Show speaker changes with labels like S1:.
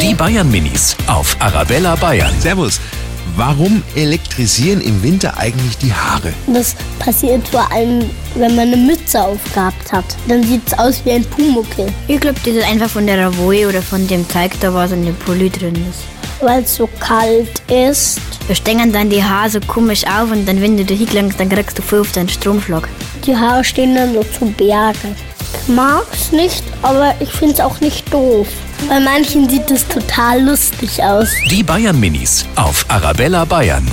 S1: Die Bayern Minis auf Arabella Bayern.
S2: Servus. Warum elektrisieren im Winter eigentlich die Haare?
S3: Das passiert vor allem, wenn man eine Mütze aufgehabt hat. Dann sieht es aus wie ein Pumuckel,
S4: Ich glaube, das ist einfach von der Ravoy oder von dem Teig da, was in dem Pulli drin ist.
S3: weil es so kalt ist.
S4: Da stehen dann die Haare so komisch auf und dann, wenn du da hinlangst, dann kriegst du voll auf deinen Stromschlag.
S3: Die Haare stehen dann so zu Berge. Ich mag's nicht, aber ich find's auch nicht doof. Bei manchen sieht es total lustig aus.
S1: Die Bayern Minis auf Arabella Bayern.